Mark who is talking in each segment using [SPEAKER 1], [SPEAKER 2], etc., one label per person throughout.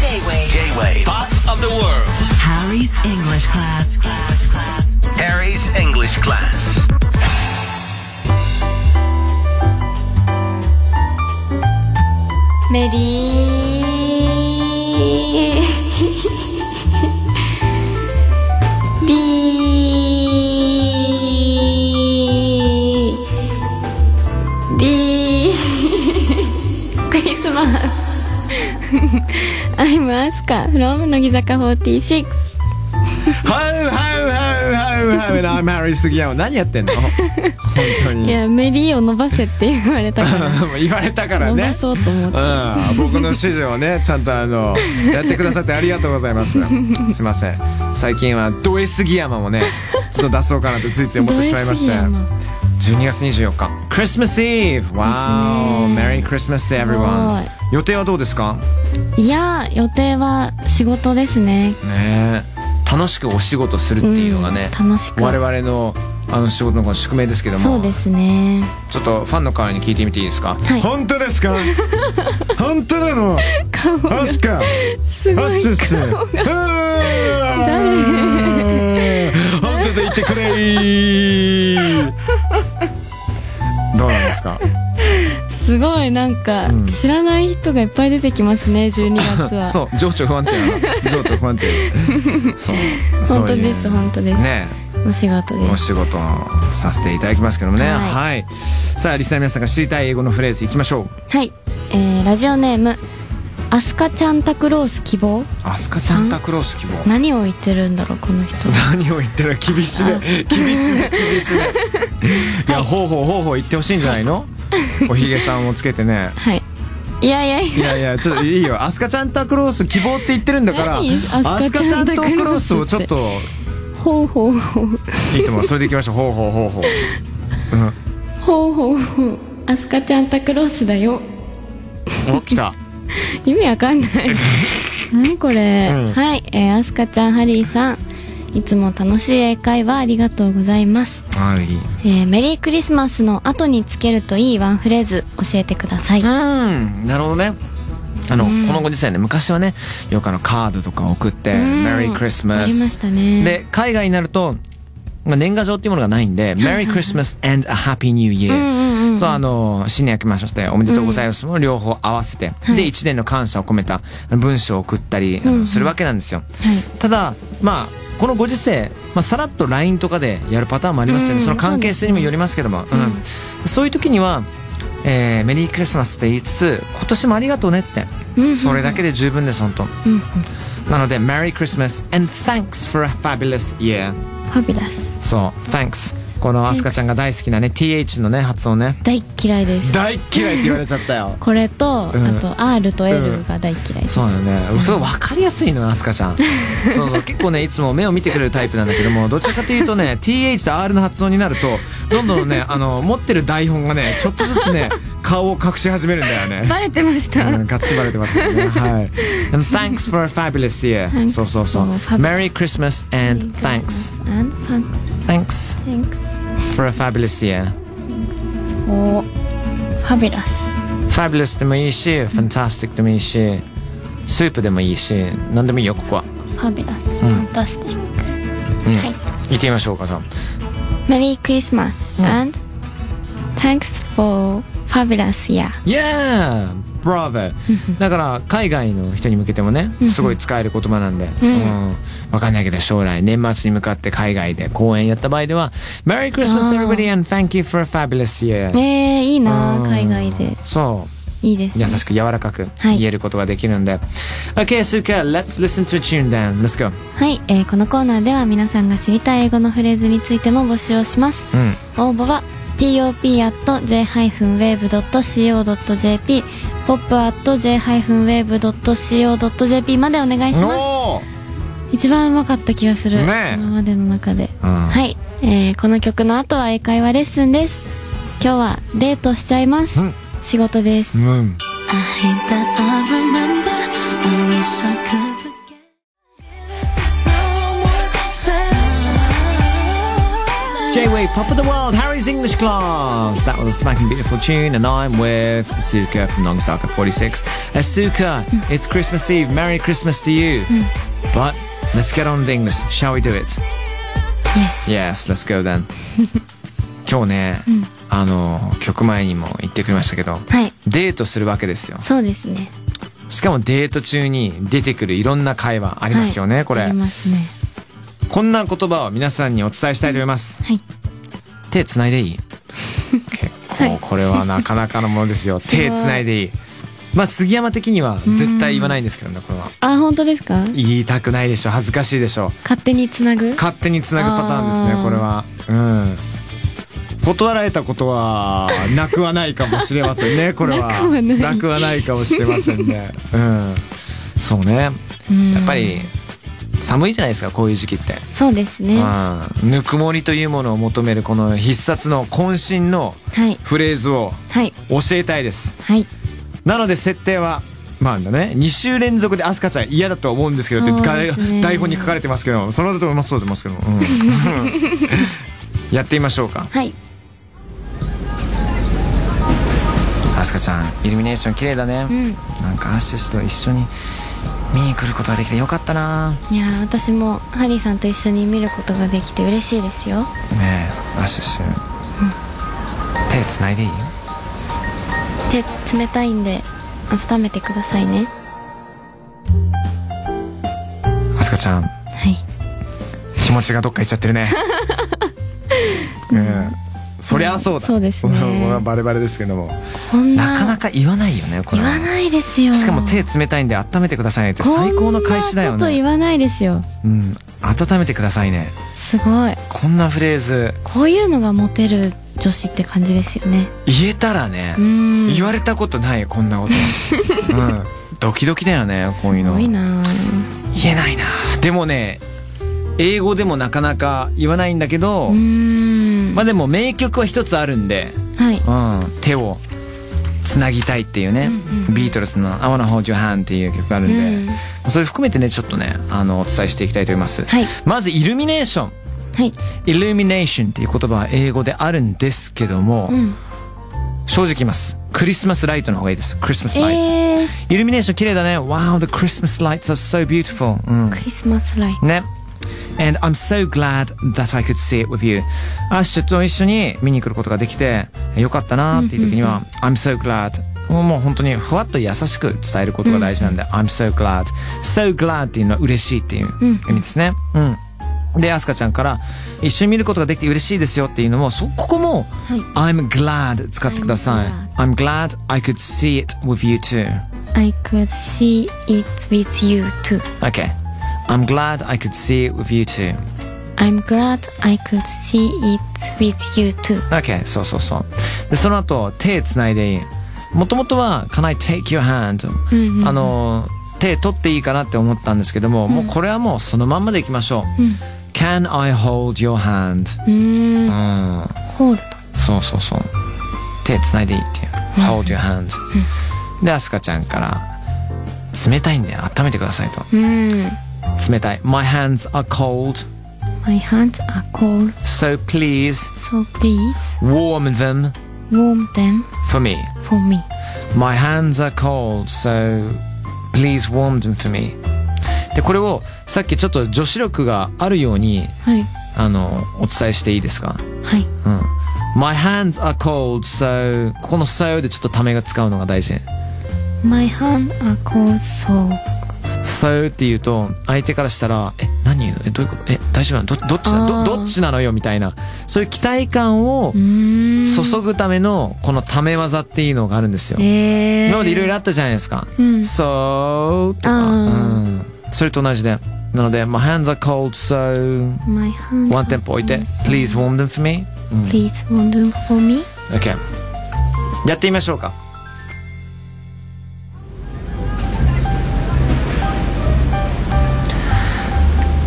[SPEAKER 1] J-Wave.
[SPEAKER 2] J-Wave. Top of the world.
[SPEAKER 3] Harry's English class. class, class.
[SPEAKER 2] Harry's English class.
[SPEAKER 4] メリー。リー。リー。クリスマス。I'm Asuka from 乃木坂46。
[SPEAKER 5] はいはいはいはいはい。なあ、マリー杉山何やっ てんの？本当
[SPEAKER 4] い
[SPEAKER 5] に。
[SPEAKER 4] や、メリーを伸ばせって言われたから。
[SPEAKER 5] 言われたから
[SPEAKER 4] 伸
[SPEAKER 5] ね。
[SPEAKER 4] ばそうと思って。
[SPEAKER 5] うん、僕の指示をねちゃんと あのやってくださってありがとうございますすいません最近は「ドエスギ山」 もねちょっと出そうかなってついつい思ってしまいまして
[SPEAKER 4] ド S ギアマ
[SPEAKER 5] 12月24日クリスマスイブわー
[SPEAKER 4] ですね
[SPEAKER 5] メリークリスマスデー everyone
[SPEAKER 4] す
[SPEAKER 5] 予定はどうですか
[SPEAKER 4] いやー予定は仕事ですね
[SPEAKER 5] ねえ楽しくお仕事するっていうのがね、
[SPEAKER 4] うん楽しく
[SPEAKER 5] 我々のあの仕事のこの宿命ですけども
[SPEAKER 4] そうですね
[SPEAKER 5] ちょっとファンの代わりに聞いてみていいですか、
[SPEAKER 4] はい
[SPEAKER 5] 本当で すか本当なの
[SPEAKER 4] 顔が
[SPEAKER 5] アスカ
[SPEAKER 4] すごい
[SPEAKER 5] シシ
[SPEAKER 4] 顔が
[SPEAKER 5] 本当で言ってくれどうなんですか
[SPEAKER 4] すごいなんか
[SPEAKER 5] うん
[SPEAKER 4] 知らない人がいっぱい出てきますね12月は
[SPEAKER 5] そう情緒不安定なの情緒不安定 そう
[SPEAKER 4] 本
[SPEAKER 5] そ
[SPEAKER 4] 当
[SPEAKER 5] ういう
[SPEAKER 4] です本当です、
[SPEAKER 5] ね
[SPEAKER 4] お仕事で
[SPEAKER 5] お
[SPEAKER 4] す
[SPEAKER 5] 仕事をさせていただきますけどもね
[SPEAKER 4] はい
[SPEAKER 5] はい、さあリスナーの皆さんが知りたい英語のフレーズいきましょう
[SPEAKER 4] はい、えー、ラジオネームアスカちゃんタクロース希望
[SPEAKER 5] アスカサンタクロース希望
[SPEAKER 4] 何を言ってるんだろうこの 人
[SPEAKER 5] 何を言ってる厳しめ
[SPEAKER 4] あ
[SPEAKER 5] 厳しめ厳しめいやほうほうほうほう言ってほしいんじゃないのおひげさんをつけてね
[SPEAKER 4] はいいやいやい
[SPEAKER 5] い
[SPEAKER 4] や
[SPEAKER 5] やいやちょっといいよアスカちゃんタクロース希望って言ってるんだから
[SPEAKER 4] 何
[SPEAKER 5] アスカちゃんタクロースをちょっと
[SPEAKER 4] ほうほうほう
[SPEAKER 5] いいと思うそれでいきましょうほうほうほうほう
[SPEAKER 4] ほうほうほうアスカちゃんタクロースだよ
[SPEAKER 5] お来た
[SPEAKER 4] 意味わかん ない何これ、
[SPEAKER 5] うん
[SPEAKER 4] はい、えー、アスカちゃんハリーさんいつも楽しい英会話ありがとうございます、
[SPEAKER 5] はいい
[SPEAKER 4] えー、メリークリスマスの後につけるといいワンフレーズ教えてください、
[SPEAKER 5] うんなるほどねあの、このご時世ね昔はねよくあのカードとか送って「
[SPEAKER 4] うん
[SPEAKER 5] メリークリス
[SPEAKER 4] あ
[SPEAKER 5] マ
[SPEAKER 4] り
[SPEAKER 5] ス
[SPEAKER 4] ま」したね
[SPEAKER 5] で海外になると、まあ、年賀状っていうものがないんで「メリークリスマス and a happy new
[SPEAKER 4] うん
[SPEAKER 5] year」
[SPEAKER 4] うんうん
[SPEAKER 5] そうあの新年明けましておめでとうございますも両方合わせて、
[SPEAKER 4] はい
[SPEAKER 5] で1年の感謝を込めた文章を送ったりあの
[SPEAKER 4] うんうん
[SPEAKER 5] するわけなんですよ、
[SPEAKER 4] はい
[SPEAKER 5] ただまあこのご時世、まあ、さらっと LINE とかでやるパターンもありますよね、
[SPEAKER 4] うん
[SPEAKER 5] その関係性にもよりますけどもそう,、んそういう時には、えーメリークリスマス」って言いつつ「今年もありがとうね」って、
[SPEAKER 4] うんうん
[SPEAKER 5] それだけで十分です本当
[SPEAKER 4] うんうんフ
[SPEAKER 5] なので「メリークリスマス and thanks for a fabulous year
[SPEAKER 4] ァビュラス」
[SPEAKER 5] そう「thanks」このアスカちゃんが大好きなね TH のね発音ね
[SPEAKER 4] 大嫌いです
[SPEAKER 5] 大嫌いって言われちゃったよ
[SPEAKER 4] これと、
[SPEAKER 5] うん
[SPEAKER 4] あと R と L が大嫌いです、
[SPEAKER 5] そうだねすごい分かりやすいのよアスカち ゃんそうそう結構ねいつも目を見てくれるタイプなんだけどもどちらかというとね TH と R の発音になるとどんどん ねあの持ってる台本がねちょっとずつね顔を隠し始めるんだよね
[SPEAKER 4] バレてました、
[SPEAKER 5] うん、ガッチバレてますけどね。はい。And thanks for a fabulous year.
[SPEAKER 4] Thanks
[SPEAKER 5] そうそうそう。
[SPEAKER 4] for a fabulous-
[SPEAKER 5] Merry Christmas and thanks.
[SPEAKER 4] and thanks
[SPEAKER 5] Thanks
[SPEAKER 4] thanks
[SPEAKER 5] for a fabulous year.
[SPEAKER 4] for ファビュラス
[SPEAKER 5] Fabulous でもいいし、Fantastic でもいいし、スープでもいいし、何でもいいよ、ここは。
[SPEAKER 4] ファビュラス、ファンタスティック。
[SPEAKER 5] うん。
[SPEAKER 4] はい
[SPEAKER 5] 行ってみましょうか、じゃあ。
[SPEAKER 4] メリークリスマス、and thanks for fabulous year。
[SPEAKER 5] Yeah! Bravo! だから海外の人に向けてもねすごい使える言葉なんで、うん
[SPEAKER 4] ん
[SPEAKER 5] わかんないけど将来年末に向かって海外で公演やった場合では「Merry
[SPEAKER 4] あ
[SPEAKER 5] Christmas
[SPEAKER 4] ー
[SPEAKER 5] everybody and thank you for a fabulous year
[SPEAKER 4] え」ー、いいな
[SPEAKER 5] う
[SPEAKER 4] あ
[SPEAKER 5] ん
[SPEAKER 4] 海外で。
[SPEAKER 5] そう
[SPEAKER 4] いいです、ね。
[SPEAKER 5] 優しく柔らかく
[SPEAKER 4] はい
[SPEAKER 5] 言えることができるんで、Okay, Suka, let's listen to a tune then. Let's go.
[SPEAKER 4] はい、えーこのコーナーでは皆さんが知りたい英語のフレーズについても募集をします。
[SPEAKER 5] うん。
[SPEAKER 4] 応募は pop.j-wave.co.jp pop.j-wave.co.jp までお願いします。
[SPEAKER 5] おー
[SPEAKER 4] 一番うまかった気がする。
[SPEAKER 5] ねえ
[SPEAKER 4] 今までの中で。
[SPEAKER 5] うん
[SPEAKER 4] はい、えーこの曲の後は英会話レッスンです今日はデートしちゃいます、
[SPEAKER 5] うん
[SPEAKER 4] 仕事です、
[SPEAKER 5] うん。
[SPEAKER 1] I hate that I remember. I wish I could forget. Someone special.
[SPEAKER 5] J-Wave Top of the World, Harry's English Class. That was a smacking beautiful tune, and I'm with Asuka from Nagasaka 46. Asuka, it's Christmas Eve. Merry Christmas to you. But let's get on with English. Shall we do it? Yes, let's go then. 今日ね、あの曲前にも言ってくれましたけど、
[SPEAKER 4] はい
[SPEAKER 5] デートするわけですよ
[SPEAKER 4] そうですね
[SPEAKER 5] しかもデート中に出てくるいろんな会話ありますよね、
[SPEAKER 4] はい
[SPEAKER 5] これ
[SPEAKER 4] ありますね
[SPEAKER 5] こんな言葉を皆さんにお伝えしたいと思います、
[SPEAKER 4] はい
[SPEAKER 5] 手つないでいい結構これはなかなかのものですよ
[SPEAKER 4] ごい
[SPEAKER 5] 手つないでいいまあ杉山的には絶対言わないんですけどねこれは
[SPEAKER 4] あ本当ですか
[SPEAKER 5] 言いたくないでしょ恥ずかしいでしょ
[SPEAKER 4] 勝手につなぐ
[SPEAKER 5] 勝手につなぐパターンです
[SPEAKER 4] あ
[SPEAKER 5] ね
[SPEAKER 4] ー
[SPEAKER 5] これはうん断られたことはなくはないかもしれません ねこれは
[SPEAKER 4] なくはない
[SPEAKER 5] くはないかもしれませんねうんそうねや
[SPEAKER 4] や
[SPEAKER 5] っぱり寒いじゃないですかこういう時期って、
[SPEAKER 4] そうですねは
[SPEAKER 5] うん、ぬくもりというものを求めるこの必殺の渾身の
[SPEAKER 4] い
[SPEAKER 5] フレーズを
[SPEAKER 4] はい
[SPEAKER 5] 教えたいです
[SPEAKER 4] はい
[SPEAKER 5] なので設定はまあね2週連続で飛鳥ちゃん嫌だと思うんですけどって
[SPEAKER 4] そう
[SPEAKER 5] が
[SPEAKER 4] ですね
[SPEAKER 5] 台本に書かれてますけどそれだと思いますそうでますけど、うん やってみましょうか
[SPEAKER 4] はい
[SPEAKER 5] 飛鳥ちゃんイルミネーション綺麗だね、
[SPEAKER 4] うん
[SPEAKER 5] なんかアッシュ氏と一緒に見に来ることができてよかったない
[SPEAKER 4] やー私もハリーさんと一緒に見ることができて嬉しいですよ
[SPEAKER 5] ねえアッシュ氏、手つないでいい
[SPEAKER 4] 手冷たいんで温めてくださいね
[SPEAKER 5] 飛鳥ちゃん
[SPEAKER 4] はい
[SPEAKER 5] 気持ちがどっか行っちゃっ てるね。うん、そりゃそうだ。
[SPEAKER 4] そうですね
[SPEAKER 5] それはバレバレですけども。
[SPEAKER 4] こんな
[SPEAKER 5] なかなか言わないよね、これ
[SPEAKER 4] 言わ
[SPEAKER 5] は。
[SPEAKER 4] ないですよ
[SPEAKER 5] しかも手冷たいんで温めてくださいねって最高の返しだよ
[SPEAKER 4] こんなこと言
[SPEAKER 5] ね。
[SPEAKER 4] わないですよ
[SPEAKER 5] うん、温めてくださいね。
[SPEAKER 4] すごい
[SPEAKER 5] こんなフレーズ
[SPEAKER 4] こういうのがモテる女子って感じですよね
[SPEAKER 5] 言えたらね
[SPEAKER 4] う、ん
[SPEAKER 5] 言われたことないよこんなこ と。うん、ドキドキだよね、こういう
[SPEAKER 4] す
[SPEAKER 5] の。
[SPEAKER 4] ごいなー
[SPEAKER 5] 言えないな。でもね、英語でもなかなか言わないんだけ
[SPEAKER 4] う
[SPEAKER 5] ど、
[SPEAKER 4] ーん
[SPEAKER 5] まあでも名曲は一つあるんで。
[SPEAKER 4] はい
[SPEAKER 5] うん、手をつなぎたいっていうね、
[SPEAKER 4] うんうん
[SPEAKER 5] ビートルズの「I wanna hold your hand」っていう曲があるんで、
[SPEAKER 4] うん
[SPEAKER 5] まあそれ含めてねちょっとねあのお伝えしていきたいと思います、
[SPEAKER 4] はい
[SPEAKER 5] まずイルミネーション
[SPEAKER 4] はい
[SPEAKER 5] イルミネーションっていう言葉は英語であるんですけども、
[SPEAKER 4] うん
[SPEAKER 5] 正直言いますクリスマスライトの方がいいですクリスマスライト、
[SPEAKER 4] えー
[SPEAKER 5] イルミネーション綺麗だね Wow the Christmas lights are so beautiful、うん
[SPEAKER 4] クリスマスライト
[SPEAKER 5] ね And I'm so glad that I could see it with you アッシュと一緒に見に来ることができてよかったなっていう時には I'm so glad もう本当にふわっと優しく伝えることが大事なんで、I'm so glad so glad っていうのは嬉しいっていう意味ですねうんでアスカちゃんから一緒に見ることができて嬉しいですよっていうのもそここも、
[SPEAKER 4] い
[SPEAKER 5] I'm glad 使ってください I'm glad I could see it with you too
[SPEAKER 4] I could see it with you too
[SPEAKER 5] OK I'm glad I could see it with you too
[SPEAKER 4] I'm glad I could see it with you too
[SPEAKER 5] OK そうそうそうでその後手つないでいいもともとは「Can I take your hand?、
[SPEAKER 4] ん
[SPEAKER 5] あの手取っていいかなって思ったんですけども、もうこれはもうそのまんまでいきましょう、Can I hold your hand?
[SPEAKER 4] うーん
[SPEAKER 5] うん
[SPEAKER 4] ホール
[SPEAKER 5] そうそうそう手つないでいいっていう「Hold your hand」でアスカちゃんから「冷たいんで温めてください」と
[SPEAKER 4] うーん
[SPEAKER 5] 「冷たい My hands are cold
[SPEAKER 4] My hands are cold
[SPEAKER 5] so please
[SPEAKER 4] so please
[SPEAKER 5] warm them
[SPEAKER 4] warm them
[SPEAKER 5] for me」
[SPEAKER 4] for me
[SPEAKER 5] My hands are cold, so please warm them for me. で、これをさっきちょっと女子力があるように、
[SPEAKER 4] はい
[SPEAKER 5] あの、お伝えしていいですか
[SPEAKER 4] はい
[SPEAKER 5] うん。My hands are cold, so ここの so でちょっとためが使うのが大事。
[SPEAKER 4] My hands are cold so
[SPEAKER 5] so って言うと、相手からしたら、え、何言うのえ、どういうことえ、大丈夫なのどどっちだ
[SPEAKER 4] あ
[SPEAKER 5] ど
[SPEAKER 4] ー
[SPEAKER 5] どっちなのよみたいな。そういう期待感を
[SPEAKER 4] うーん
[SPEAKER 5] 注ぐための、このため技っていうのがあるんですよ。
[SPEAKER 4] えー
[SPEAKER 5] 今までいろいろあったじゃないですか。
[SPEAKER 4] うん
[SPEAKER 5] so とか、
[SPEAKER 4] あ
[SPEAKER 5] う
[SPEAKER 4] ー
[SPEAKER 5] ん、それと同じでなので My hands are cold so
[SPEAKER 4] My hands
[SPEAKER 5] ワンテンポ置いて
[SPEAKER 4] are cold, so
[SPEAKER 5] Please warm them for me、うん、
[SPEAKER 4] Please warm them for me
[SPEAKER 5] OK やってみましょうか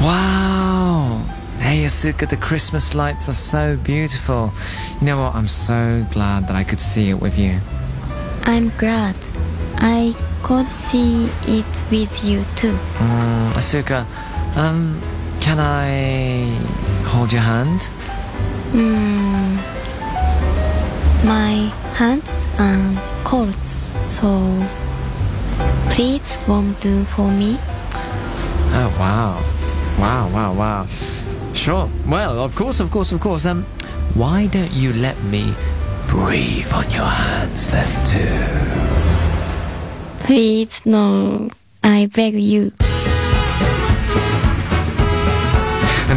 [SPEAKER 5] わー Hey Asuka, the Christmas lights are so beautiful. You know what? I'm so glad that I could see it with you.
[SPEAKER 4] I'm glad I could see it with you too
[SPEAKER 5] Mm, Asuka, um, can I hold your hand?
[SPEAKER 4] Mm, my hands are cold, so please warm do for me.
[SPEAKER 5] Oh wow, wow, wow, wow. Sure. Well, of course, of course, of course. Um, why don't you let me breathe on your hands then too?
[SPEAKER 4] Please no, I beg you.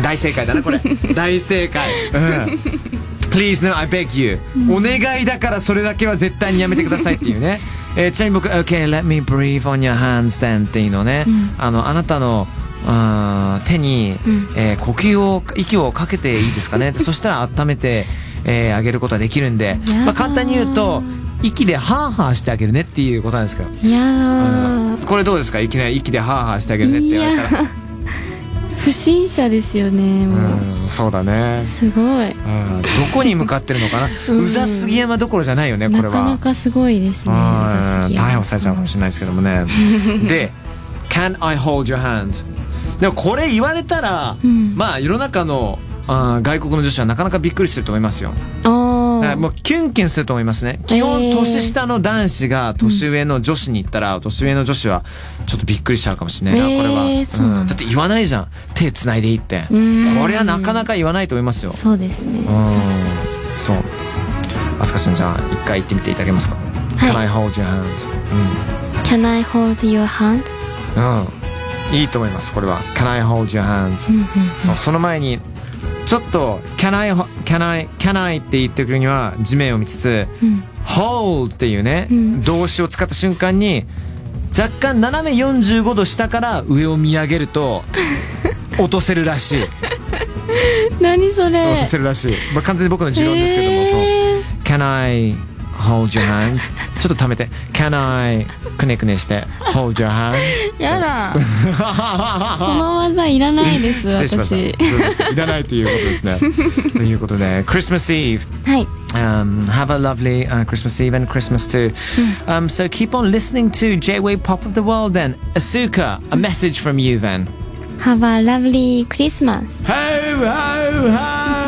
[SPEAKER 5] 大正解だなこれ大正解うん Please no, I beg you、お願いだからそれだけは絶対にやめてくださいっていうね、えーちなみに僕 OK, let me breathe on your hands then っていうのね、あのあなたのあー手に、えー呼吸を息をかけていいですかねそしたら温めて、えーあげることはできるんで、
[SPEAKER 4] やだー
[SPEAKER 5] まあ、簡単に言うと息でハーハーしてあげるねっていうことなんですけど
[SPEAKER 4] Yeah.
[SPEAKER 5] これどうですかいきなり息でハーハーしてあげるねって言われたら
[SPEAKER 4] 不審者ですよねもう、
[SPEAKER 5] うんそうだね
[SPEAKER 4] すごい
[SPEAKER 5] うんどこに向かってるのかな、う
[SPEAKER 4] うん
[SPEAKER 5] ざ杉山どころじゃないよねこれ
[SPEAKER 4] な
[SPEAKER 5] は
[SPEAKER 4] かなかすごいですね
[SPEAKER 5] うん
[SPEAKER 4] 佐々木
[SPEAKER 5] 逮捕されちゃうかもしれないですけど もねで「Can I hold your hand?」でもこれ言われたら、
[SPEAKER 4] うん
[SPEAKER 5] まあ世の中のあー外国の女子はなかなかびっくりすると思いますよ、
[SPEAKER 4] あ
[SPEAKER 5] はい
[SPEAKER 4] ー
[SPEAKER 5] もうキュンキュンすると思いますね基
[SPEAKER 4] え
[SPEAKER 5] 本
[SPEAKER 4] ー
[SPEAKER 5] 年下の男子が年上の女子に行ったら、年上の女子はちょっとびっくりしちゃうかもしれないな、
[SPEAKER 4] えー
[SPEAKER 5] これは、
[SPEAKER 4] そうなんだ
[SPEAKER 5] んだって言わないじゃん手つないでいいって
[SPEAKER 4] うん
[SPEAKER 5] これはなかなか言わないと思いますよ
[SPEAKER 4] そうですね
[SPEAKER 5] うんそうあすかちゃんじゃあ一回行ってみていただけますか、
[SPEAKER 4] い
[SPEAKER 5] Can I hold your hand?
[SPEAKER 4] Can I hold your hand?
[SPEAKER 5] うん、うん、いいと思いますこれは Can I hold your hand? そうその前にちょっと Can I ho- Can I Can I って言ってくるには地面を見つつ、
[SPEAKER 4] ん
[SPEAKER 5] Hold っていうね、
[SPEAKER 4] ん
[SPEAKER 5] 動詞を使った瞬間に若干斜め45度下から上を見上げ ると落とせるらしい
[SPEAKER 4] 何それ
[SPEAKER 5] 落とせるらしい、まあ、完全に僕の持論ですけども、
[SPEAKER 4] えー
[SPEAKER 5] そう Can I hold your hand? ちょっとためて Can I くねくねして Hold your hand?
[SPEAKER 4] や だそ
[SPEAKER 5] そ
[SPEAKER 4] の技いらないです
[SPEAKER 5] 失礼しま
[SPEAKER 4] 私
[SPEAKER 5] したそうですいらないということですねということで Christmas Eve
[SPEAKER 4] はい
[SPEAKER 5] Um, have a lovely uh, Christmas Eve and Christmas too. Um, so keep on listening to J-Wave Pop of the World then. Asuka, a message from you then.
[SPEAKER 4] Have a lovely Christmas
[SPEAKER 5] Ho, ho, ho!